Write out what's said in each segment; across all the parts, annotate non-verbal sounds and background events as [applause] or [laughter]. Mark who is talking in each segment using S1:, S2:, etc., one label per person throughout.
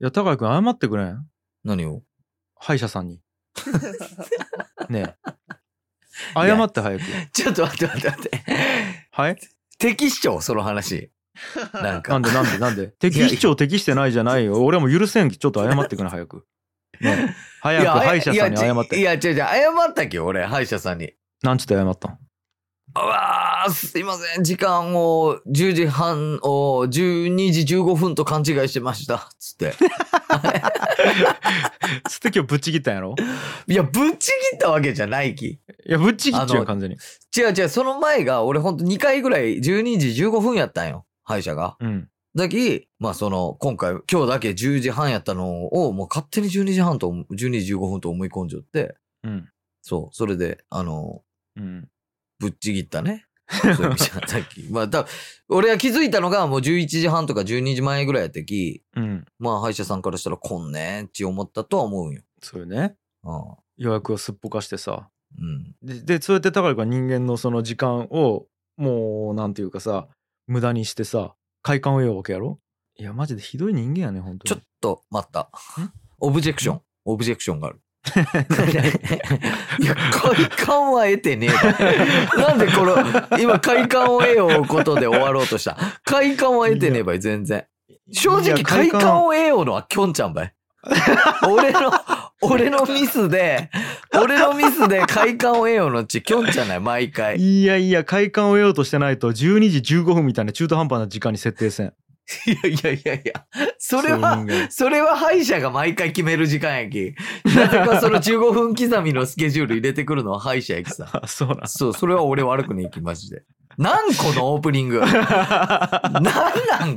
S1: いや、高井くん謝ってくれん
S2: 何を
S1: 歯医者さ
S2: [laughs]
S1: んに。ねえ。謝って早く。
S2: ちょっと待って待って待って。 [laughs]
S1: はい
S2: 敵視聴その [laughs] 話。なん
S1: なん
S2: か。
S1: でなんで
S2: [laughs]
S1: なんで適視聴適してないじゃないよ。俺はもう許せんき。ちょっと謝ってくれ、早く。ねえ早く歯医者さんに謝っ
S2: い
S1: て。
S2: や、違う違う、謝ったっけ俺、歯医者さんに。
S1: なんちゅって謝ったん
S2: うわー、すいません、時間を10時半を12時15分と勘違いしてました。つって。
S1: つって今日ぶっちぎったんやろ
S2: いや、ぶっちぎったわけじゃないき。
S1: いや、ぶっちぎっちゃ
S2: あ
S1: うよ
S2: の
S1: 完全に。
S2: 違う違う、その前が俺ほんと2回ぐらい12時15分やったんよ。歯医者が。
S1: うん。
S2: だき、まあその、今回、今日だけ10時半やったのを、もう勝手に12時半と、12時15分と思い込んじゃって、
S1: うん。
S2: そう、それで、あの、
S1: うん。
S2: ぶっちぎったね。そういう意味じゃんさっき。まあ、だ俺が気づいたのがもう11時半とか12時前ぐらいやったき、
S1: うん。
S2: まあ歯医者さんからしたらこんねんち思ったとは思うんよ。
S1: そうよね。
S2: う
S1: 予約をすっぽかしてさ。
S2: ん。うん。
S1: で、でそうやって高井君は人間のその時間を、もう、なんていうかさ、無駄にしてさ、快感を得ようわけやろいや、マジでひどい人間やね、本
S2: ち
S1: 当
S2: ょ
S1: に
S2: っ。と待った。オブジェクション。オブジェクションがある。いや、 [laughs] 快感は得てねえば。なんでこの、今快感を得ようことで終わろうとした。快感は得てねえばい、全然。正
S1: いや
S2: 直快感を得ようのはきょんちゃんばい。俺の、俺のミスで、俺のミスで快感を得ようのうちきょんちゃんない、毎回。い
S1: いやいや、快感を得ようとしてないと、12時15分みたいな中途半端な時間に設定せん。
S2: やいやいやいや、それ
S1: そ
S2: は
S1: ういう人、間 [laughs]
S2: それは歯医者が毎回決める時間やき。なぜかその15分刻みのスケジュール入れてくるのは歯医者やきさ。
S1: あ、そうなん。
S2: そう、それは俺悪くねえき、マジで。なんこのオープニング。なんなん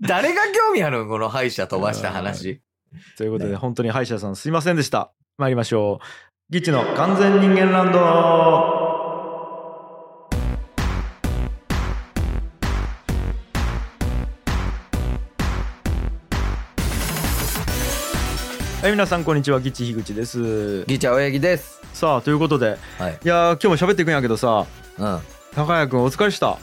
S2: 誰が興味あるんこの歯医者飛ばした話。
S1: ということで、
S2: ね
S1: 本当に歯医者さんすいませんでした。参りましょう。ギッチの完全人間ランド。はい、皆さんこんにちは。ギッチ樋口です。
S2: ギチャ親木です。
S1: さあ、ということで、
S2: はい。
S1: いやー今日も喋っていくんやけどさ、
S2: うん。
S1: 高谷くんお疲れした。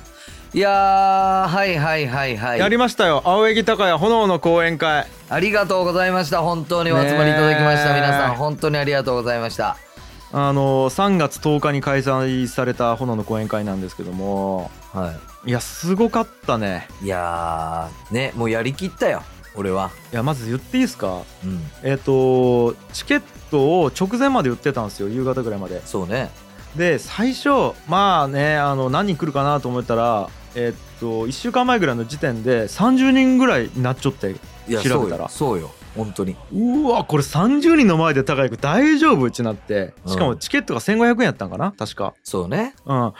S2: いやー、はいはいはいはい。
S1: やりましたよ。青柳高谷炎の講演会。
S2: ありがとうございました。本当にお集まりいただきました。
S1: ねえ
S2: 皆さん、本当にありがとうございました。
S1: あのー3月10日に開催された炎の講演会なんですけども、
S2: はい
S1: や、すごかったね。
S2: い。いやー、ね、もうやりきったよ。俺は。
S1: いや、まず言っていいですか
S2: うん。
S1: えっ、と、チケットを直前まで売ってたんですよ、夕方ぐらいまで。
S2: そうね。
S1: で、最初、まあね、あの、何人来るかなと思ったら、えっ、と、1週間前ぐらいの時点で30人ぐらいになっちゃって、
S2: いや、
S1: 調
S2: そ
S1: べ
S2: う
S1: たら
S2: よ。そうよ。本当に。
S1: うわ、これ30人の前で高井君大丈夫ってなって、しかも
S2: うん
S1: チケットが1500円やったんかな確か。
S2: そうね。
S1: うん。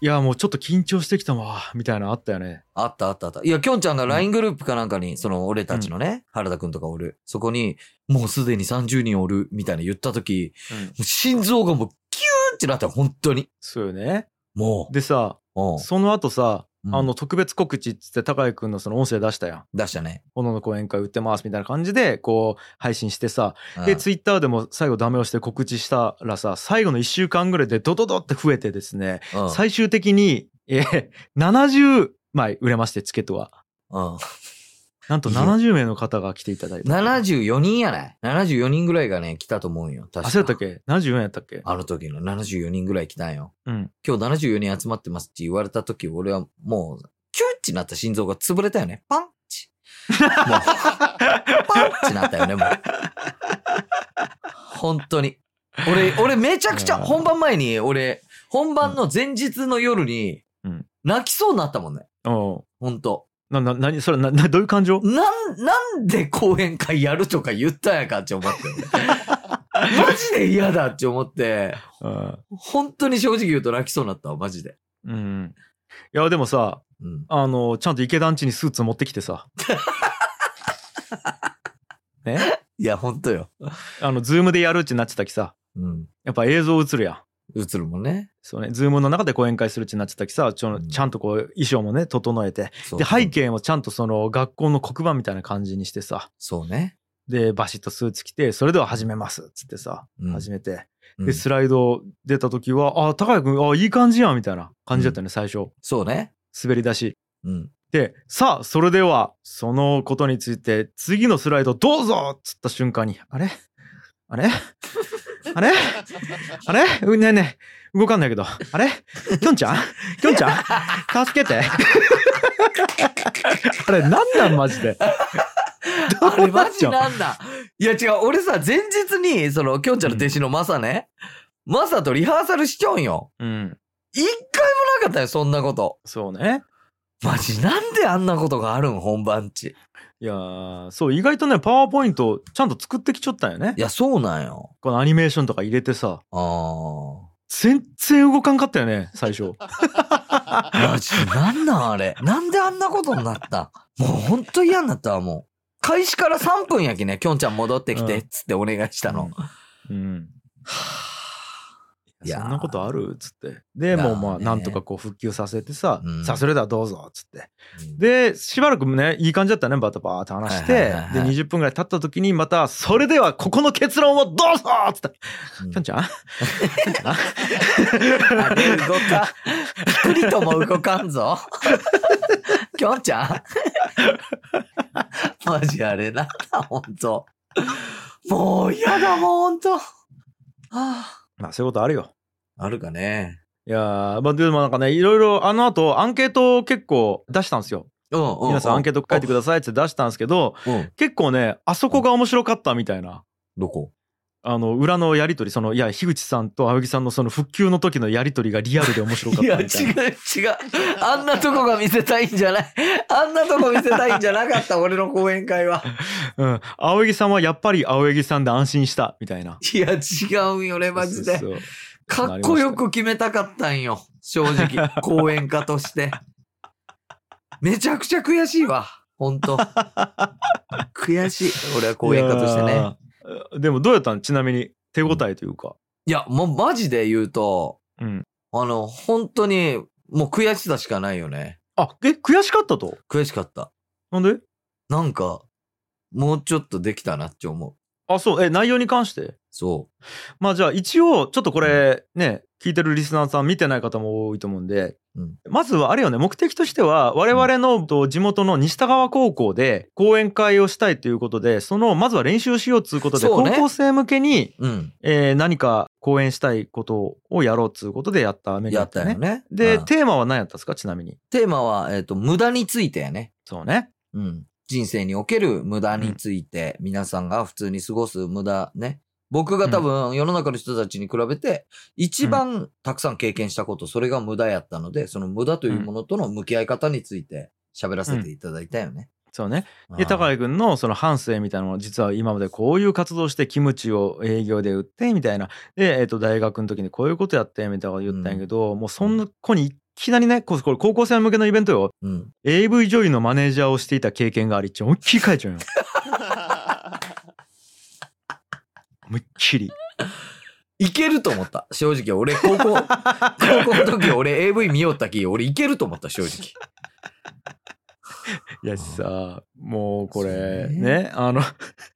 S1: いや、もうちょっと緊張してきたわ、みたいなのあったよね。
S2: あったあったあった。いや、きょんちゃんが LINE グループかなんかに、その俺たちのね、原田くんとかおる。そこに、もうすでに30人おる、みたいな言った時、もう心臓がもうキューンってなったよ、本当に。
S1: そうよね。
S2: も
S1: でさ、
S2: う。うん
S1: その後さ、
S2: うん
S1: あの、特別告知っつって高井くんのその音声出したやん。
S2: 出したね。
S1: 炎の講演会売ってますみたいな感じでこう配信してさで
S2: うん
S1: ツイッターでも最後ダメ押して告知したらさ最後の1週間ぐらいでドドドって増えてですね
S2: うん
S1: 最終的にえ [laughs] ー70枚売れましてチケットは
S2: うん。
S1: なんと70名の方が来ていただいた
S2: 74人やない ?74 人ぐらいがね、来たと思うんよ。確か
S1: 焦ったっけ74やったっけ
S2: あの時の74人ぐらい来たんよ。
S1: うん
S2: 今日74人集まってますって言われた時、俺はもう、キュッチなった心臓が潰れたよね。パン
S1: [laughs]
S2: チ。もう、パンチなったよね、もう。本当に。俺、俺めちゃくちゃ、
S1: うん
S2: 本番前に、俺、本番の前日の夜に
S1: うん、
S2: 泣きそうになったもんね。
S1: おう
S2: 本当
S1: なな何それななどういう感情
S2: なん、なんで講演会やるとか言ったんやかって
S1: [laughs]
S2: 思って。マジで嫌だって思って、
S1: うん、
S2: 本当に正直言うと泣きそうになったわ、マジで。
S1: うん、いやでもさ
S2: うん。
S1: あのちゃんと池田んちにスーツ持ってきてさ [laughs] ね
S2: いや、本当よ。
S1: あのズームでやるうちになっちゃったきさ
S2: うん。
S1: やっぱ映像映るやん。
S2: 映るもんね。
S1: そうね、ズームの中で講演会するってなっちゃったきさ、ちょ
S2: うん
S1: ちゃんとこう衣装もね、整えて、
S2: そう
S1: で、背。景もちゃんとその学校の黒板みたいな感じにしてさ、
S2: そうね。
S1: で、バシッとスーツ着て、それでは始めますっつってさ、
S2: うん
S1: 始めて、
S2: うん
S1: で、スライド出た時は、あ、高谷君、あ、いい感じやんみたいな感じだったよね、最初。
S2: そうね。
S1: 滑り出し。 [laughs]
S2: うん。
S1: で、さあ、それでは、そのことについて、次のスライドどうぞっつった瞬間に、あれあれあれあれうんねえねえ、動かんないけど、あれきょんちゃんきょんちゃん助けて。 [laughs] あれ、なんなんマジで。ど
S2: あ
S1: う
S2: れ
S1: な
S2: マ
S1: っち
S2: ジ
S1: ゃう
S2: なんだ。いや違う、俺さ、前日に、その、きょんちゃんの弟子のマサね、マサとリハーサルしちょんよ。
S1: うん、
S2: 一回もなかったよ、そんなこと。
S1: そうね。
S2: マジなんであんなことがあるん、本番地。
S1: いやーそう、意外とね、パワーポイントちゃんと作ってきちゃったんよね
S2: い。や、そうなんよ。
S1: このアニメーションとか入れてさ、
S2: あ
S1: 全然動かんかったよね、最初。
S2: あ。マジなんなん、あれ。なんであんなことになったもうほんと嫌になったわ、もう。開始から3分やきね、きょんちゃん戻ってき
S1: う
S2: て、
S1: ん
S2: つってお願いしたの。
S1: うん。
S2: いやー
S1: そんなことあるっつって。で、もうま
S2: まあ
S1: あ、
S2: ね
S1: なんとかこう復旧させてさ、
S2: うん
S1: さあ、それではどうぞっつって。で、しばらくね、いい感じだったね、バタバーって話して、
S2: はいはいはいはい
S1: で、20分ぐらい経った時に、また、それではここの結論をどうぞっつって、
S2: うん
S1: きょんちゃん
S2: あれ動かん。ピクリとも動かんぞ。きょんちゃんマジあれなんだ、ほんと。もう嫌だ、もうほんと。はあ、
S1: まあ、そういうことあるよ。
S2: あるかね。
S1: いやー、まあ、でもなんかね、いろいろ、あの後、アンケートを結構出したんですよ。
S2: うん、うん。
S1: 皆さん、アンケート書いてく
S2: だ
S1: ださいって出したんですけど、
S2: さい。うん。
S1: 結構ね、あそこが面白かったみたいな。
S2: どこ
S1: あの裏のやり取りそのいや樋口さんと青木さんのその復旧の時のやり取りがリアルで面白かっ
S2: [laughs] いや、
S1: た
S2: 違う、違
S1: みたいな
S2: う。あんなとこが見せたいんじゃない。あんなとこ見せたいんじゃなかった、俺の講演会は。
S1: うん、青柳さんはやっぱり青柳さんで安心したみたいない
S2: や、違うんよね、マジで
S1: そ。うそうそう
S2: かっこよく決めたかったんよ。正
S1: [laughs]
S2: 直、講演家として。めちゃくちゃ悔しいわ。ほんと。悔しい。俺は講演家として
S1: い
S2: ね
S1: や。ーでもどうやったんちなみに手応えというか、
S2: いや、もうマジで言うと、
S1: うん、
S2: あの、本当に、もう悔しさしかないよね。
S1: あえ悔しかったと
S2: 悔しかった。
S1: なんで
S2: なんか、もうちょっとできたなって思う。
S1: あそうえ内容に関して
S2: そ
S1: まあじゃあ一応ちょっとこれね、聞いてるリスナーさん見てない方も多いと思うんで、
S2: うん
S1: まずはあれよね目的としては我々のと地元の西田川高校で講演会をしたいということでそのまずは練習しようっつうことで、
S2: そう
S1: 高
S2: ね
S1: 校生向けに、
S2: う。うん。
S1: えー何か講演したいことをやろうっつうことでやったメニュー
S2: や
S1: だ
S2: ったよね。
S1: で、
S2: うん
S1: テーマは何やったんですかちなみに。
S2: テーマは、えっと、無駄についてやね。
S1: そうね。
S2: うん。人生における無駄について、皆さんが普通に過ごす無駄ね。僕が多分世の中の人たちに比べて一番たくさん経験したこと、それが無駄やったので、その無駄というものとの向き合い方について喋らせていただいたよね。
S1: そうね。
S2: う
S1: で、
S2: ん
S1: 高井くんのその反省みたいなもの、実は今までこういう活動して、キムチを営業で売って、みたいな。で、えっ、と、大学の時にこういうことやって、みたいなこと言ったんやけど、もうそんな子にいきなりね、こうこれ高校生向けのイベントよ。
S2: うん。
S1: AV 女優のマネージャーをしていた経験があり、ちょ、思いっきり書いちゃ
S2: [laughs]
S1: うよ。思いっきり。
S2: いけると思った。正直俺
S1: [laughs]
S2: 高校、高校の時俺 AV 見よったき、俺いけると思った、正直。
S1: いやさもうこれ
S2: そうね
S1: ねあの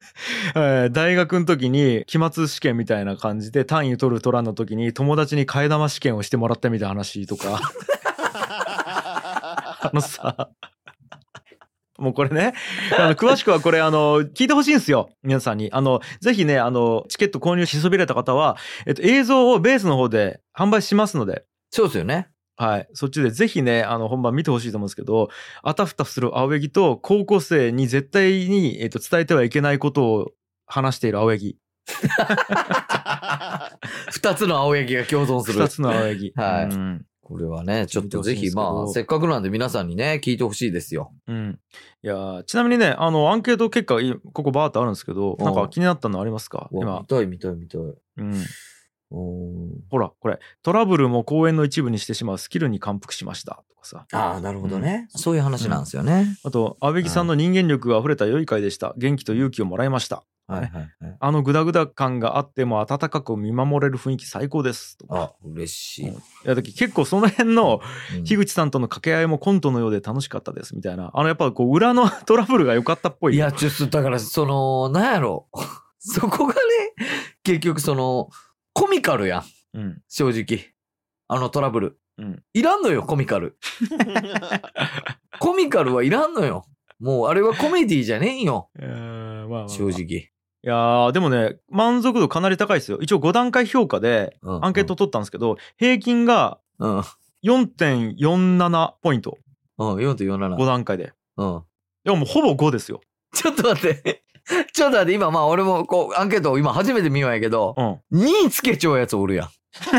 S1: [laughs] えー大学の時に期末試験みたいな感じで単位取る取らんの時に友達に替え玉試験をしてもらったみたいな話と
S2: [laughs]
S1: かあのさもうこれねあの詳しくはこれあの聞いてほしいんですよ皆さんにあのぜひねあのチケット購入しそびれた方は、えっと、映像をベースの方で販売しますので
S2: そうですよね。
S1: はい。そっちでぜひね、あの、本番見てほしいと思うんですけど、あたふたする青柳と、高校生に絶対に、えっと伝えてはいけないことを話している青柳。
S2: 二つの青柳が共存する。
S1: 二つの青柳。
S2: [laughs] はい
S1: うん。
S2: これはね、ちょっとぜ
S1: 見てほしいんで
S2: ひ、
S1: すけど
S2: まあ、せっかくなんで皆さんにね、聞いてほしいですよ。
S1: うんいやーちなみにね、あの、アンケート結果、いここバーってあるんですけど、
S2: うん
S1: なんか気になったのありますか
S2: うわ
S1: 今
S2: 見。たい見たい見たい。う
S1: うん。
S2: ーん。
S1: ほら、これ。トラブルも公演の一部にしてしまうスキルに感服しました。とかさ。
S2: ああ、なるほどね、そういう話なんですよね。
S1: あと、青柳さんの人間力が溢れた良い回でした。元気と勇気をもらいました。
S2: はいはいはい。
S1: あのグダグダ感があっても温かく見守れる雰囲気最高です。とか
S2: あ、嬉しい。
S1: いやだって結構その辺の
S2: うん
S1: 樋口さんとの掛け合いもコントのようで楽しかったですみたいなあのやっぱこう裏のトラブルが良かったっぽい
S2: いや、ちょっと、だから、その、なんやろ。 [laughs] そこがね、結局、その、コミカルやん。
S1: うん
S2: 正直。あのトラブル。
S1: うん
S2: いらんのよ、コミカ [laughs] ル。コミカルはいらんのよ。もうあれはコメディじゃねえんよ。
S1: えーまあまあまあ
S2: 正直。
S1: いやーでもね満足度かなり高いですよ一応5段階評価で
S2: うん
S1: アンケート。取ったんですけど、平均が
S2: うん。うん。
S1: 4.47ポイント
S2: 4.47。
S1: 5段階で
S2: うん。
S1: いやもうほぼ5ですよ
S2: [laughs] ちょっと待って。ちょっと待って、今まあ俺もこう、アンケートを今初めて見ようんやけど、
S1: うん
S2: 2位つけちゃうやつお
S1: [laughs]
S2: るやん。ま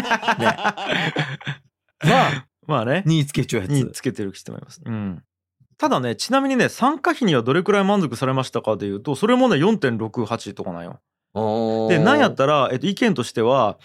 S2: あ、
S1: まあね
S2: 2位つけちゃうや
S1: に
S2: つ。
S1: つけてる人もいます、うん、ただねちなみにね参加費にはどれくらい満足されましたかでいうとそれもね4.68とかなんよ
S2: おー
S1: でなんやったら、えっと、意見としては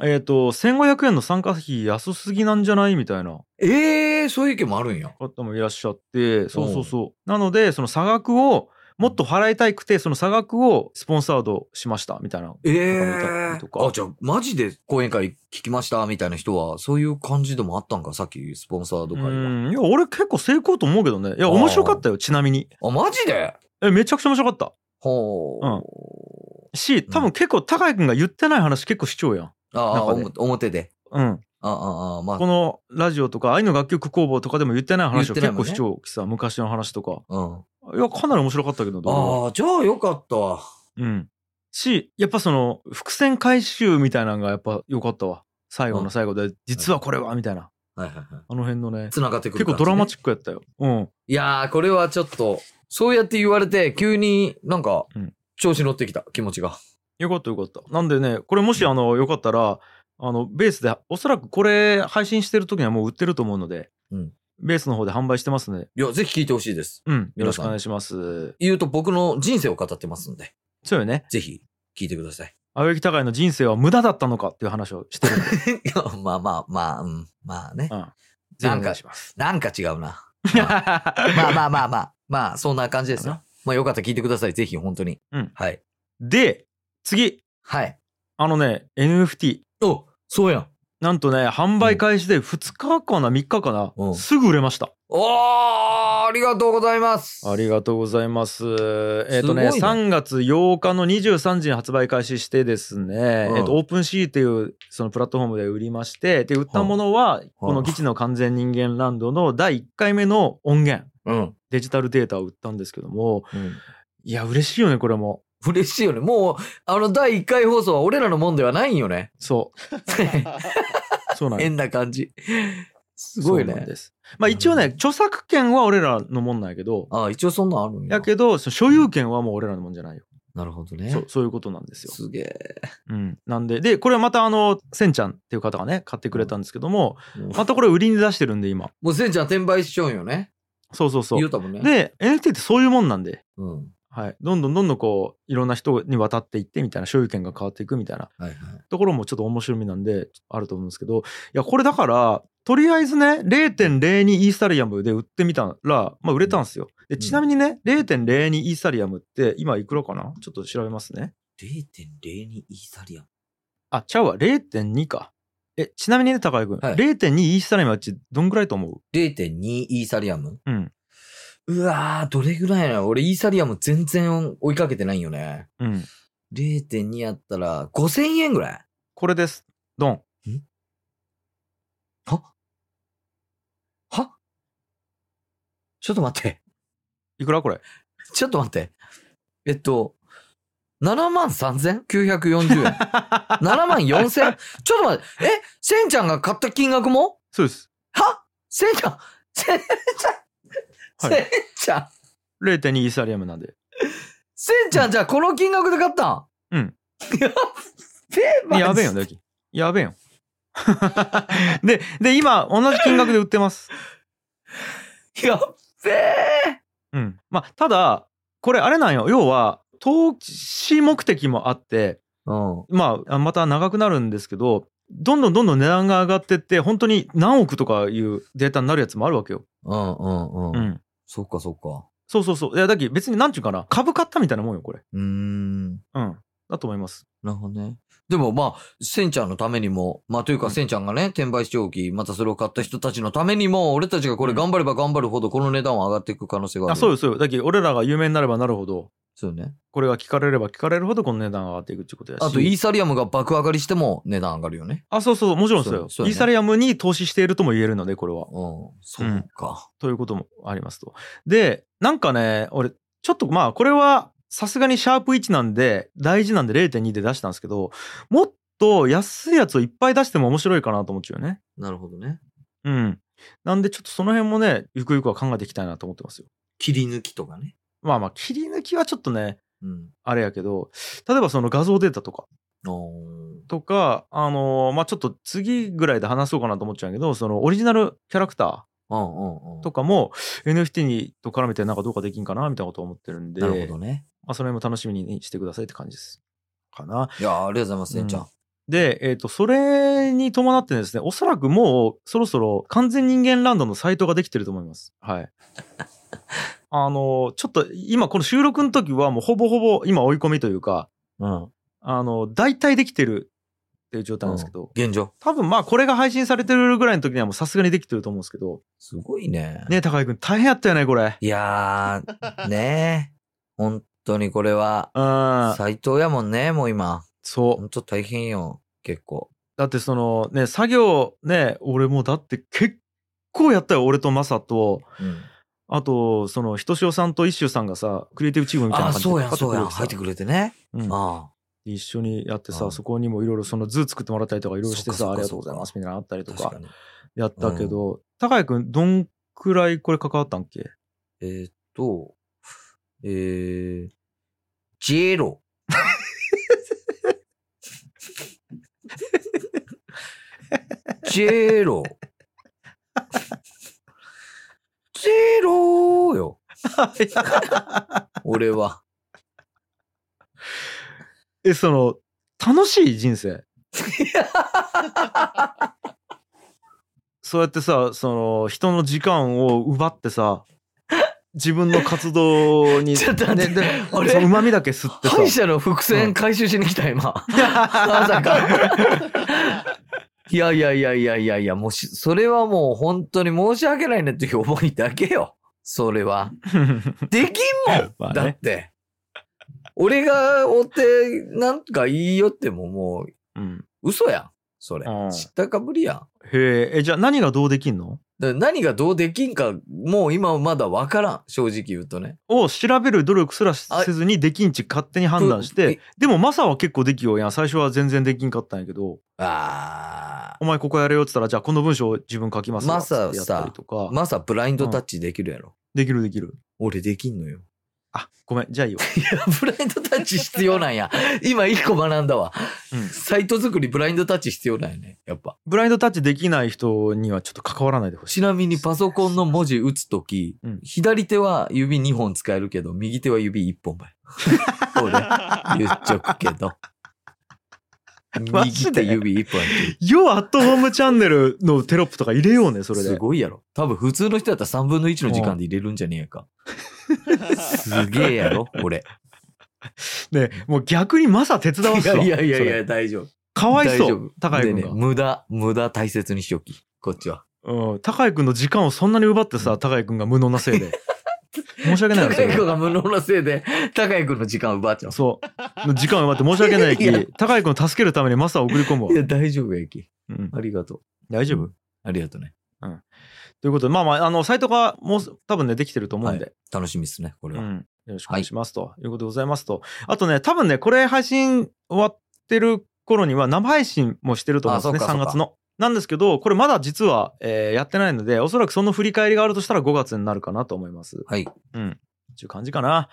S2: うん
S1: えっと1500円の参加費安すぎなんじゃないみたいな
S2: ええそういう意見もあるんや。
S1: 方もいらっしゃってそうそうそうなのでその差額をもっと払いたくてその差額をスポンサードしましたみたいな
S2: え
S1: なんか見た
S2: え
S1: りとか
S2: あ、じゃあ、マジで講演会聞きました、みたいな人は、そういう感じでもあったんか、さっきスポンサード
S1: う
S2: 会は。
S1: んいや俺結構成功と思うけどねいや
S2: あー
S1: 面白かったよちなみに
S2: あ、マジで
S1: えめちゃくちゃ面白かった
S2: ほう。
S1: うんし多分結構高井君が言ってない話結構主張やん
S2: ああ、
S1: 中
S2: お
S1: で
S2: も表で。
S1: うん
S2: ああ、ああ、まあ
S1: こ。のラジオとか愛の楽曲工房とかでも言ってない話を
S2: 言っ
S1: 結
S2: てないも
S1: 構
S2: んね
S1: 視聴さ昔の話とか
S2: うん、あ
S1: いやかなり面白かったけどどれも
S2: あ、じゃあよかったわ。
S1: うんしやっぱその伏線回収みたいなのがやっぱ良かったわ最後の最後で、実はこれはみたいな
S2: はいはいはい。
S1: あの辺のね
S2: 繋がってくる
S1: 結構ドラマ
S2: ック。
S1: チックやったようん
S2: いやー、これはちょっと、そうやって言われて、急になんか
S1: うん、
S2: 調子乗ってきた、気持ちが。
S1: よかったよかったなんでねこれもしあのよかったらあのベースでおそらくこれ配信してる時にはもう売ってると思うので、
S2: うん
S1: ベースの方で販売してますね
S2: いや、ぜひ聞いてほしいです。
S1: うんよろ
S2: 皆
S1: し
S2: さ
S1: く
S2: ん
S1: お願いします
S2: 言うと僕の人生を語ってますんで、
S1: そうよね
S2: ぜひ聞いてください。 [laughs]
S1: 青柳高井の人生は無駄だったのかっていう話をしてるんで
S2: いやまあまあまあ、うん、まあね。
S1: うん。ぜひお願いします。
S2: なんか違
S1: ま
S2: うな。ま
S1: あ
S2: あまあまあまあ、まあ、そんな感じですよ。まあよかったら聞いてください、ぜひ、本当に。
S1: うん
S2: はい。
S1: で、次、
S2: はい。
S1: あのね、NFT。
S2: おそうやん。
S1: なんとね、販売開始で2日かな、3日かな、
S2: うん
S1: すぐ売れました。
S2: おーありがとうございます
S1: ありがとうございます。えっ、とね
S2: すごいね
S1: 3月8日の23時に発売開始してですね、
S2: うん
S1: えっと、オープンシーっていうそのプラットフォームで売りまして、で、売ったものは、この基地の完全人間ランドの第1回目の音源、
S2: うん。
S1: デジタルデータを売ったんですけども、
S2: うん
S1: いや、嬉しいよね、これも。
S2: 嬉しいよね。もう、あの、第1回放送は俺らのもんではないんよ
S1: [laughs]
S2: ね。
S1: そうそうなんです
S2: 変な感じ。すごい
S1: そうなん
S2: ね。
S1: です。まあ一応ね、著作権は俺らのもんなんやけど、
S2: ああ、一応そんなんあるんや。
S1: やけど、その所有権はもう俺らのもんじゃないよ。
S2: なるほどね。
S1: そうそういうことなんですよ。
S2: すげえ。
S1: うん。なんで、で、これはまたあの、せんちゃんっていう方がね、買ってくれたんですけども、
S2: うん
S1: またこれ売りに出してるんで今。
S2: もうせんちゃん転売しちゃうんよね。
S1: そうそうそ
S2: 言う
S1: う。
S2: たもんね。
S1: で、NFT ってそういうもんなんで、
S2: うん。
S1: はい。どんどんどんどんこう、いろんな人に渡っていってみたいな、所有権が変わっていくみたいな
S2: はいはい。
S1: ところもちょっと面白みなんで、あると思うんですけど、いや、これだから、とりあえずね、0.02イーサリアムで売ってみたら、まあ、売れたんですよ。で、
S2: ん
S1: ちなみにね、0.02イーサリアムって、今いくらかなちょっと調べますね。
S2: 0.02イーサリアム。
S1: あ、ちゃうわ、0.2か。え、ちなみにね、高井君、
S2: はい
S1: 0.2イーサリアムはちどんぐらいと思
S2: 0.2イーサリアム
S1: ううん。
S2: うわー、どれぐらいなの俺イーサリアム全然追いかけてないんよね。
S1: うん。
S2: 0.2やったら5000円ぐらい
S1: これです。ドン。
S2: はちょっと待って。
S1: いくらこれ。
S2: ちょっと待って。えっと、7万3940円。7万 4000? ちょっと待って。えせんちゃんが買った金額も
S1: そうです。
S2: はせんちゃんせんちゃん、
S1: はい
S2: せんちゃん
S1: 0.2イーサリアムなんで。
S2: せんちゃんじゃあこの金額で買ったん
S1: うん。
S2: やっべえマジ
S1: やべえよ、ねやべえよ。 [laughs] で、で、今、同じ金額で売ってます。
S2: やっべえ
S1: うん、まあただこれあれなんよ要は投資目的もあって
S2: うん。
S1: まああまた長くなるんですけどどんどんどんどん値段が上がってって本当に何億とかいうデータになるやつもあるわけよ。
S2: うんうん
S1: う
S2: うん。
S1: ん、
S2: そっかそっか。
S1: そうそうそういやだけど別に何ちゅうかな株買ったみたいなもんよこれ。
S2: うーん。
S1: うん、だと思います。
S2: なるほどね。でもまあ、センちゃんのためにも、まあという
S1: う
S2: か
S1: ん
S2: センちゃんがね、転売しておき、またそれを買った人たちのためにも、俺たちがこれ頑張れば頑張るほど、この値段は上がっていく可能性がある。
S1: あ、そう
S2: う
S1: です、そうです。だけど俺らが有名になればなるほど、
S2: そうよね。
S1: これが聞かれれば聞かれるほどこの値段が上がっていくってことやし。
S2: あと、イーサリアムが爆上がりしても値段上がるよね。
S1: あ、そうそう、もちろんそうよ。
S2: そうそうね
S1: イーサリアムに投資しているとも言えるので、これは。
S2: うん。そうか。
S1: ということもありますと。で、なんかね、俺、ちょっとまあ、これはさすがにシャープ1なんで、大事なんで0.2で出したんですけど、もっと安いやつをいっぱい出しても面白いかなと思っちゃうよね。
S2: なるほどね。
S1: うん。なんで、ちょっとその辺もね、ゆくゆくは考えていきたいなと思ってますよ。
S2: 切り抜きとかね。
S1: まあまあ、切り抜きはちょっとね、
S2: うん。
S1: あれやけど、例えばその画像データとか、
S2: おー
S1: とか、あのーまあちょっと次ぐらいで話そうかなと思っちゃうんやけど、そのオリジナルキャラクター、
S2: うんうんうん。
S1: とかも NFT にと絡めてなんかどうかできんかなみたいなことを思ってるんで、
S2: なるほどね。
S1: まあ、その辺も楽しみにしてくださいって感じです。かな。
S2: いやー、ありがとうございます、センちゃん。
S1: で、えっ、と、それに伴ってですね、おそらくもうそろそろ完全人間ランドのサイトができてると思います。 [laughs] はい。あの、ちょっと今この収録の時はもうほぼほぼ今追い込みというか、
S2: うん。
S1: あの、大体できてるっていう状態なんですけど、
S2: 現状。
S1: 多分まあこれが配信されてるぐらいの時にはもうさすがにできてると思うんですけど、
S2: すごいね。
S1: ねえ、高井くん大変やったよね、これ。
S2: いやー、ねえ。本当にこれは、
S1: うん。
S2: 斎藤やもんね、もう今。
S1: そう
S2: ほ。んと大変よ、結構。
S1: だってそのね作業ね俺もうだって結構やったよ俺とマサと
S2: うん、
S1: あとそのひとしおさんと一周さんがさクリエイティブチームみたい
S2: あ
S1: な
S2: あ、
S1: 感じ
S2: そうやん、そうやん。
S1: パ
S2: 入
S1: ッ
S2: って
S1: てく
S2: くれてね。
S1: るわけさうん
S2: あ
S1: 一緒にやって
S2: う
S1: さ
S2: ん
S1: そこにもいろいろその図作ってもらったりとかいろいろして
S2: そっ
S1: さ
S2: かそっか
S1: ありがとうございますみたいなのあったり
S2: あ、
S1: と
S2: 確か
S1: か
S2: に。
S1: やったけど高谷君どんくらいこれ関わったんっけ
S2: えーっと、えー、ジェ [laughs] ロ。ジェロ。ジェロよ。俺は。
S1: えその楽しい人
S2: [laughs]
S1: 生そうやってさその人の時間を奪ってさ自分の活動に
S2: [laughs] ちょっと待ってあれ
S1: うまみだけ吸ってさ
S2: [laughs] 歯医者の伏
S1: うん
S2: 線回収しに来た、今。
S1: [laughs]
S2: まさか。 [laughs] いやいやいやいやいやいや、もし、それはもう本当に申し訳ないねっていう思いだけよ。それ [laughs] は。できんもん、
S1: まあね
S2: だって。俺が追って、なんか言いよってもも
S1: うん
S2: う、嘘やん。それ
S1: うん。
S2: 知ったかぶりやん。
S1: へええじゃあ何がどうできんの
S2: だから何がどうできんか、もう今まだわからん。正直言うとね。
S1: を調べる努力すらせずにできんち勝手に判断して
S2: ぷ。
S1: でもマサは結構できようやん最初は全然できんかったんやけど
S2: あ
S1: お前ここやれよって言ったらじゃあこの文章を自分書きますわ
S2: マサ
S1: ってやったりとか
S2: ー。まさ、ブラインドタッチできるやろ。
S1: できるできる
S2: 俺できんのよ。
S1: あごめんじゃあいいよ [laughs]
S2: [laughs] ブラインドタッチ必要なんや。今一個学んだわ。
S1: うん
S2: サイト作りブラインドタッチ必要なんやね。やっぱ。
S1: ブラインドタッチできない人にはちょっと関わらないでほしい。
S2: ちなみにパソコンの文字打つとき、
S1: うん
S2: 左手は指2本使えるけど、右手は指1本ばい。俺、 [laughs] 言っちゃくけど。
S1: マジ
S2: 右
S1: で
S2: 手指1本やってる
S1: よアットホームチャンネルのテロップとか入れよ [laughs] うね、それ
S2: す
S1: で。
S2: ごいやろ。多分普通の人だったら3分の1の時間で入れるんじゃねえ
S1: [laughs]
S2: か。すげえやろ、俺。
S1: ね、もう逆にマサ手伝わ
S2: い
S1: すわ。
S2: やいやいやい
S1: それ
S2: や、大丈夫。
S1: かわい
S2: 大
S1: そ
S2: 丈
S1: う
S2: 夫。
S1: 高井
S2: で
S1: 君
S2: ね、
S1: が。
S2: 無駄、無駄大切にしとき。こっちは。
S1: うん。高井君の時間をそんなに奪ってさ、高井君が無能なせい [laughs] で。申し訳ないよそ
S2: 高
S1: れ
S2: 井君が無能なせいで、高井君の時間を奪っちゃう。
S1: そう。時間を奪って申し訳ない
S2: いや
S1: き、高井君を助けるためにマサを送り込むわ
S2: い。や、大丈夫や、駅。
S1: うん
S2: ありがとう。
S1: 大丈夫
S2: うんありがとうね。
S1: ということで、まあまあ、あの、サイトがもうす多分ね、できてると思うんで。
S2: 楽しみですね、これ
S1: う
S2: は。
S1: ん、よろしくお願いしますと、い、うことでございますとあとね多分ねこれ配信終わってる頃には生配信もしてると思うんですね
S2: あそう
S1: 3
S2: か
S1: 月の。なんですけどこれまだ実は、えーやってないのでおそらくその振り返りがあるとしたら5月になるかなと思います。
S2: はい。
S1: うん。っていう感じかな。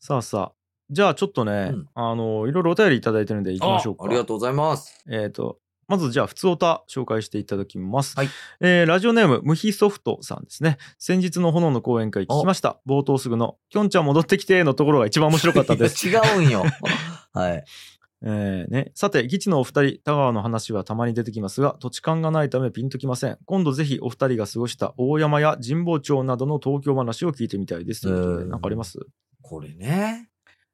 S1: さあさあじゃあちょっとね、
S2: うん
S1: あのいろいろお便りいただいてるんでいきましょうか。
S2: あありがとうございます。
S1: えっ、と、まずじゃあ、普通おた紹介していただきます。
S2: はい
S1: えーラジオネーム、ムヒソフトさんですね。先日の炎の講演会聞きました。冒頭すぐの、きょんちゃん戻ってきてのところが一番面白かったです。
S2: いや違うんよ。 [laughs] はい。
S1: えーね、さて、議事のお二人、田川の話はたまに出てきますが、土地勘がないためピンときません。今度ぜひお二人が過ごした大山や神保町などの東京話を聞いてみたいです。ということで
S2: うん
S1: なんかあります
S2: これね。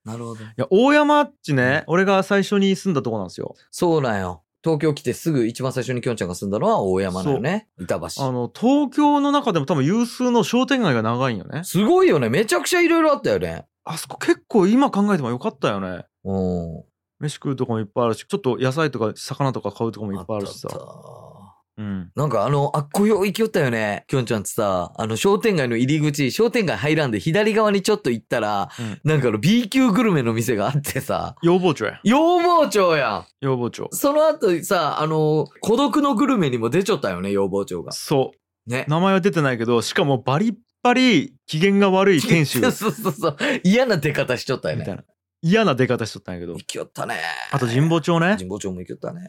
S2: なるほど。
S1: や、大山っちね、俺が最初に住んだとこなんですよ。
S2: そうなんよ。東京来てすぐ一番最初にきょんちゃんが住んだのは大山なのね。板
S1: あ
S2: 橋。
S1: の、東京の中でも多分有数の商店街が長いんよね。
S2: すごいよね。めちゃくちゃいろいろあったよね。
S1: あそこ結構今考えてもよかったよね。
S2: うん。
S1: 飯食うとこもいっぱいあるし、ちょっと野菜とか魚とか買うとこもいっぱいあるし
S2: あった
S1: さ。
S2: あっ
S1: う
S2: た
S1: ん。
S2: なんかあの、あっこよ行きよったよね。きょんちゃんってさ、あの商店街の入り口、商店街入らんで左側にちょっと行ったら、
S1: うん
S2: なんかあの B 級グルメの店があってさ、
S1: 要望帳や。
S2: 羊毛町や
S1: 要望帳
S2: ん。その後さ、あの、孤独のグルメにも出ちゃったよね、羊毛町が。
S1: そ
S2: ね
S1: う。。名前は出てないけど、しかもバリッバリ機嫌が悪い店主み
S2: [laughs] そうそうそうそう。嫌な出方しちゃった
S1: た
S2: よ
S1: い
S2: ね。
S1: な。嫌な出方しとったんやけど
S2: 行。きよったね。
S1: あと神保町ね。
S2: 神保町も行きよったね。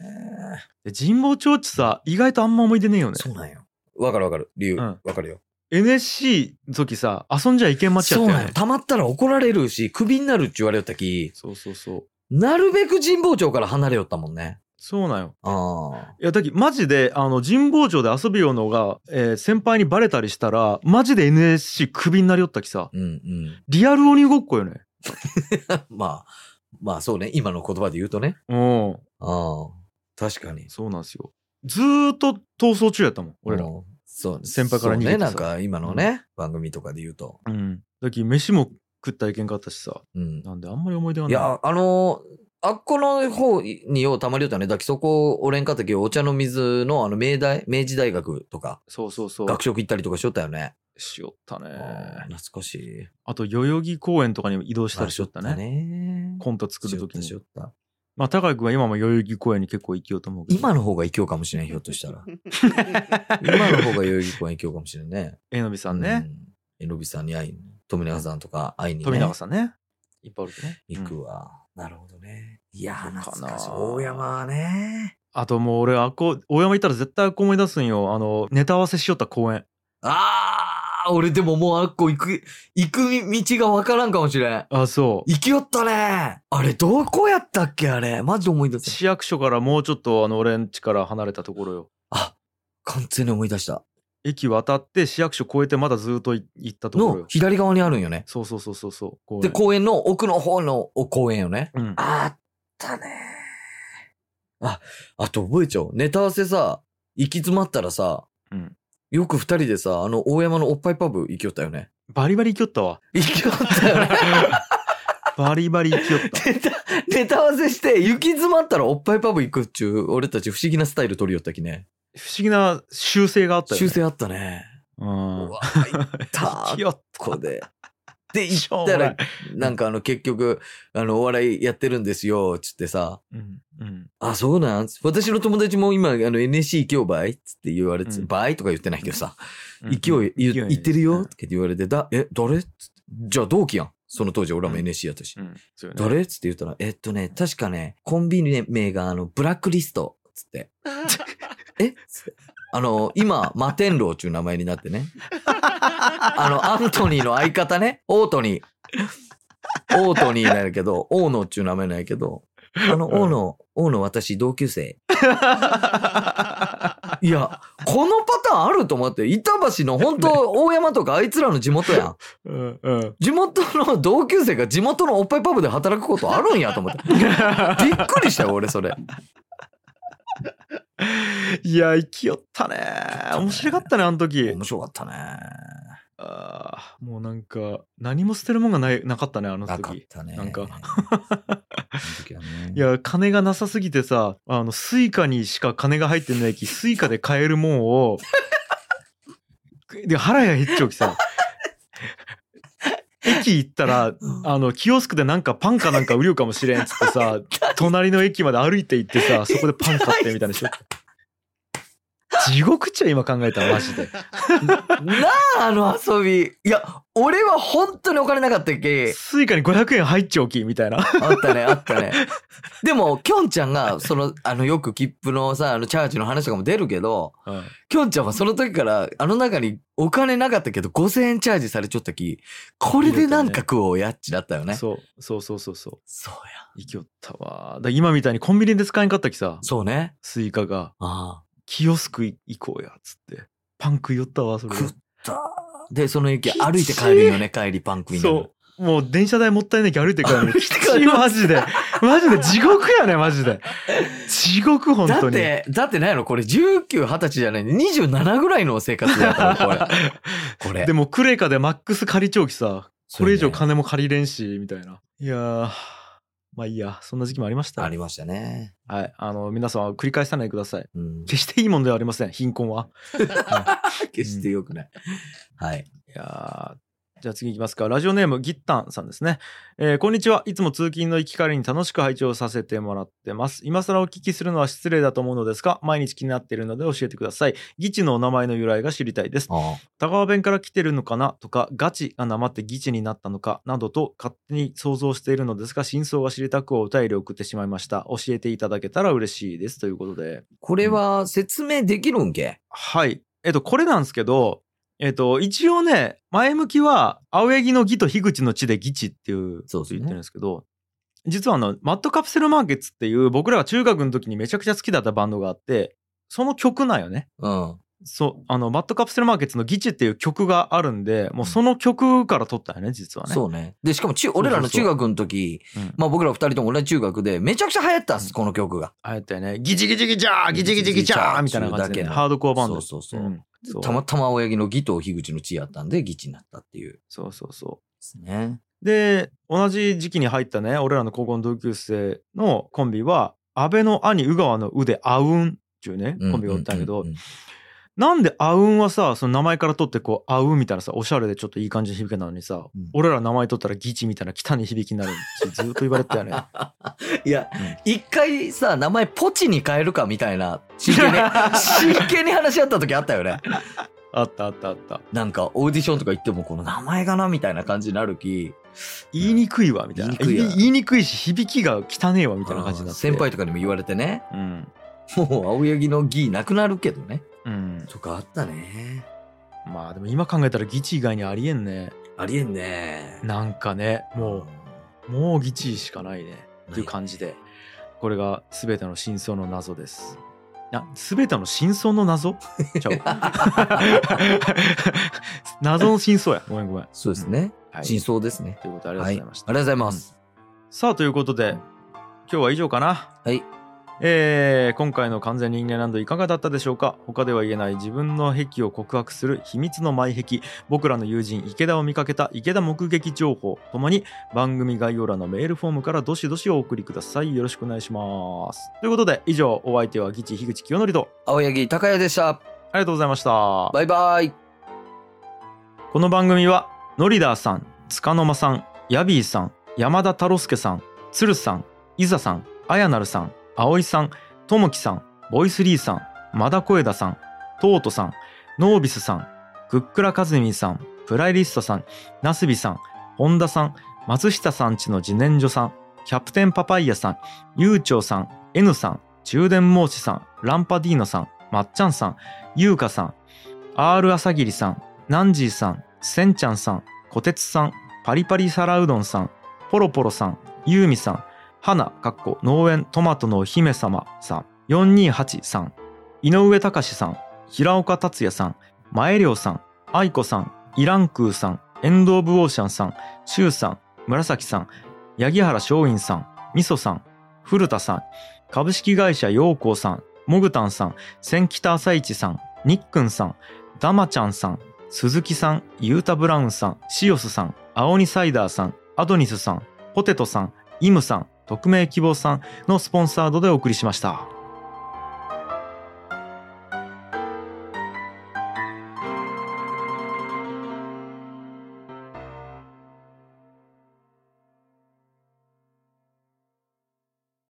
S1: で神保町ってさ、意外とあんま思い出ねえよね。
S2: そうなんよ。わかるわかる。理由。
S1: うん
S2: わ、かるよ。
S1: NSC の時さ、遊んじゃいけん街や
S2: そ
S1: っ
S2: う
S1: たよ
S2: なんよ。
S1: ね。
S2: たまったら怒られるし、クビになるって言われよったき、
S1: そうそうそう。
S2: なるべく神保町から離れよったもんね。
S1: そうなんよ。
S2: あ
S1: いや、だき、マジで、あの、神保町で遊びようのが、えー先輩にバレたりしたら、マジで NSC クビになりよったきさ
S2: あ。、うんうん。 [laughs]
S1: リアル鬼ごっこよね。
S2: まあ、まあそうね。今の言葉で言うとね。
S1: うん。
S2: ああ。確かに。
S1: そうなんですよ。ずーっと逃走中やったもん、俺ら。
S2: うんそう
S1: 先輩から逃げて
S2: そう
S1: さ
S2: ね。なんか今のね、番組とかで言うと。
S1: うん。だき、飯も食ったらいけんかったしさ。
S2: うん。
S1: なんで、あんまり思い出が
S2: い
S1: ない。
S2: や、あのーあっこの方にようたまりよったね。だきそこ、おれんかったけお茶の水のあの明大、明治大学とか、
S1: そうそうそう。
S2: 学食行ったりとかしよったよね。
S1: しよったね。
S2: あー懐かしい。
S1: あと、代々木公園とかにも移動したりしよった
S2: あ
S1: ね。
S2: ね
S1: コント作
S2: し
S1: る
S2: よっ
S1: とき
S2: たしよ
S1: に。
S2: った。
S1: まあ、高井君は今も代々木公園に結構行きようと思うけど。
S2: 今の方が卑怯かもしれん、ひょっとし
S1: [laughs]
S2: たら。今の方が代々木公園卑怯かもしれんね。
S1: えのびさんね。
S2: うん。えのびさんに会いに、富永さんとか会いに、ね、
S1: 富永さんね。いっぱいおるけどね。
S2: 行
S1: うん
S2: くわ。なるほどね。いや
S1: そうか
S2: ー、
S1: な
S2: 懐かしい。大山はね。
S1: あともう俺、あっこ、大山行ったら絶対あっこ思い出すんよ。あの、ネタ合わせしよった公園。
S2: あー、俺でももうあっこ行く、行く道がわからんかもしれん。
S1: あ、そう。
S2: 行きよったね。あれ、どこやったっけあれ。マジで思い出せん。
S1: 市役所からもうちょっと、あの、俺ん家から離れたところよ。
S2: あ、完全に思い出した。
S1: 駅渡って、市役所越えてまだずっとい行ったところ
S2: の
S1: よ、。
S2: 左側にあるんよね。
S1: そうそうそうそうそう。公園
S2: で、公園の奥の方のお公園よね。
S1: うん。
S2: あったね。あ、あと覚えちゃう。ネタ合わせさ、行き詰まったらさ、
S1: うん
S2: よく二人でさ、あの、大山のおっぱいパブ行きよったよね。
S1: バリバリ行きよった [laughs] わ。
S2: 行きよったよね。
S1: バリバリ行きよった。
S2: ネタ、ネタ合わせして、行き詰まったらおっぱいパブ行くっちゅう、俺たち不思議なスタイル取りよったきね。
S1: 不思議な修正があったよ、ね。
S2: 修。正あったね。
S1: う。
S2: うんわ、行った。
S1: 行
S2: あ
S1: きよっ
S2: こで。で、
S1: し
S2: 行
S1: ょ
S2: っ
S1: うも
S2: た
S1: な
S2: ら
S1: い、
S2: なんかあの、結局、あの、お笑いやってるんですよ、つってさ。
S1: た。うん。うん。
S2: あ、そうなん私の友達も今、あの、NSC 行けよ、ばいつって言われて、
S1: うん
S2: ばいとか言ってないけどさ、
S1: うん
S2: 勢い、言
S1: 勢いね
S2: 言ってるよ、
S1: う
S2: っ
S1: ん
S2: て言われて、だ、え、誰つってじゃあ同期やん。その当時俺らも NSC やったし。
S1: うん。そうよ [laughs] ね。
S2: 誰つって言ったら、えっとね、確かね、コンビニ名があの、ブラックリスト、つって。えつってあの、今、摩天楼っていう名前になってね。あの、アントニーの相方ね、オートニー。オートニーなんやけど、オーノっていう名前なんやけど、あの、オーノ、オーノ私同級生。いや、このパターンあると思って、板橋の本当、大山とかあいつらの地元やん。
S1: うんうん。
S2: 地元の同級生が地元のおっぱいパブで働くことあるんやと思って。びっくりしたよ、俺それ。
S1: いや、生きよったね
S2: た。ね
S1: 面白かったね、あの時。
S2: 面白かったね。
S1: あーもうなんか、何も捨てるもんがないなかったね、あの
S2: なかっ
S1: 時。
S2: たね。
S1: なんか
S2: あの時はね。
S1: いや、金がなさすぎてさ、あの、スイカにしか金が入ってないき、スイカで買えるもん
S2: [laughs]
S1: を、で、腹が減っちゃうきさ、駅行ったら、あの、キオスクでなんかパンかなんか売りようかもしれんっつって
S2: [laughs]
S1: さ、隣の駅まで歩いて行ってさ、そこでパン買ってみたい
S2: [laughs]
S1: なしょ。地獄っちゃ今考えたらマジで。
S2: なあ、あの遊び。いや、俺は本当にお金なかったっけ。
S1: スイカに500円入っちゃおきみたいな。
S2: あったね、あったね。でも、きょんちゃんが、その、あの、よく切符のさ、あの、チャージの話とかも出るけど、きょんちゃんはその時から、あの中にお金なかったけど、5000円チャージされちゃったき、これでなんか食おうやっちだったよね。
S1: そうそうそうそうそう。
S2: そうや。
S1: 生きよったわ。だ今みたいにコンビニで使えんかったきさ、
S2: そうね。
S1: スイカが、
S2: あ
S1: キオスク行こうや、つって。パン食いよったわ、そ
S2: あ。
S1: れ。
S2: 食った。で、その駅歩いて帰るよね、帰りパン食いながら
S1: そもう電車代もったいないけど歩いて
S2: [laughs]
S1: からね。き
S2: から
S1: つい [laughs] マジで。マジで地獄やね、マジで。地獄、本
S2: だ
S1: 当
S2: っ
S1: に。 [laughs]
S2: て、だって何やろこれ19、20歳じゃない。27ぐらいの生活だから、これ。これ。
S1: でも、クレカでマックス仮長期さ、これ以上
S2: そうね
S1: 金も借りれんし、みたいな。いやー、まあいいや、そんな時期もありましたよ。
S2: ありましたね。
S1: はい、あの、皆さんは繰り返さないでください。
S2: うん。
S1: 決していいものではありません、貧困は。
S2: 決して良くない。はい。
S1: いやーじゃあ次いきますか。ラジオネーム、ギッタンさんですね。えーこんにちは。いつも通勤の行き帰りに楽しく拝聴させてもらってます。今更お聞きするのは失礼だと思うのですが、毎日気になっているので教えてください。ギチのお名前の由来が知りたいです。
S2: あ
S1: 田川弁から来てるのかなとか、ガチがなまってギチになったのかなどと勝手に想像しているのですが、真相が知りたくお便りを送ってしまいました。教えていただけたら嬉しいです。ということで。
S2: これは説明できるんけ
S1: はい。えっと、これなんですけど、えっと、一応ね、前向きは、青柳の義と樋口の地で義地っていう、
S2: そうですね
S1: 言ってるんですけど、実はあの、マッドカプセルマーケッツっていう、僕らが中学の時にめちゃくちゃ好きだったバンドがあって、その曲なんよね。
S2: うん。
S1: そう、あの、マッドカプセルマーケッツの義地っていう曲があるんで、もうその曲から撮ったよね、実はね。
S2: そうね。で、しかも中、
S1: うそう
S2: 俺らの中学の時、
S1: うん
S2: まあ僕ら二人とも同じ中学で、めちゃくちゃ流行ったんです、この曲が。
S1: ああやったよね。ギチギチギチャーギチギチギチャーみたいな感じでね、
S2: 中だけの
S1: ハードコアバンド。
S2: そうそうそう
S1: うんそう
S2: たまたま青柳の義と樋口の地やったんで、義地になったっていう。
S1: そうそうそう。
S2: ですね。
S1: で同じ時期に入ったね俺らの高校の同級生のコンビは安倍の兄宇川の「う」で「あうん」っていうねコンビがおったんやけど、
S2: うううん
S1: なんで「あうん」はさその名前から取ってこう「あうん」みたいなさおしゃれでちょっといい感じの響きなのにさ、
S2: うん
S1: 俺ら名前取ったら「ギチ」みたいな汚い響きになるってずっと言われてた [laughs] よね。
S2: いや
S1: うん、
S2: 一回さ、名前ポチに変えるかみたいな、真
S1: [laughs]
S2: 剣に、真剣に話し合った時あったよね。
S1: あったあったあった
S2: なんか、オーディションとか行っても、この名前がな、みたいな感じになるき、
S1: 言いにくいわみたいな
S2: 言いにくいわ
S1: 言言いにくいし響きが汚えわみたいな感じになって
S2: 先輩とかにも言われてね、
S1: うん
S2: もう青柳の義なくなるけどね。
S1: うん
S2: とかあったね。
S1: まあでも今考えたら「ギチ」以外にありえんね
S2: ありえんね。
S1: なんかねもうもう「ギチ」しかないね
S2: う
S1: っていう感じで、これが全ての真相の謎です。あ、全ての真相の謎ち
S2: [laughs]
S1: ゃう [laughs] わ謎の真相や。ごめんごめん。
S2: そうですね。
S1: はい。
S2: 真相ですね。
S1: ということでありが
S2: は
S1: とう
S2: い。
S1: ござい
S2: ありが
S1: まし
S2: とう
S1: た。
S2: ございます。
S1: さあ、ということで、今日は以上かな。
S2: はい。
S1: えー今回の完全人間ランドいかがだったでしょうか他では言えない自分の癖を告白する秘密の前癖僕らの友人池田を見かけた池田目撃情報ともに番組概要欄のメールフォームからどしどしお送りくださいよろしくお願いしますということで以上お相手はギチ樋口清則と
S2: 青柳高也でした。
S1: ありがとうございました
S2: バイバイ。
S1: この番組はノリダーさん束の間さんヤビーさん山田太郎介さん鶴さんいざさんあやなるさん葵さんともきさんボイスリーさんまだこえださんトートさんノービスさんクックラカズミさんプライリストさんナスビさん本田さん松下さんちの自然薯さんキャプテンパパイヤさんゆうちょうさん N さん中電申しさんランパディーノさんまっちゃんさんゆうかさん R 朝霧さんナンジーさん、センちゃんさん、こてつさん、パリパリ皿うどんさん、ポロポロさん、ユーミさん、花、かっこ農園トマトのお姫様さん、428さん、井上隆さん、平岡達也さん、前良さん、愛子さん、イランクーさん、エンド・オブ・オーシャンさん、シュウさん、紫さん、八木原松陰さん、みそさん、古田さん、株式会社陽光さん、モグタンさん、千北朝市さん、にっくんさん、ダマちゃんさん、鈴木さん、ユータ・ブラウンさん、シオスさん、青鬼サイダーさん、アドニスさん、ポテトさん、イムさん、匿名希望さんのスポンサードでお送りしました。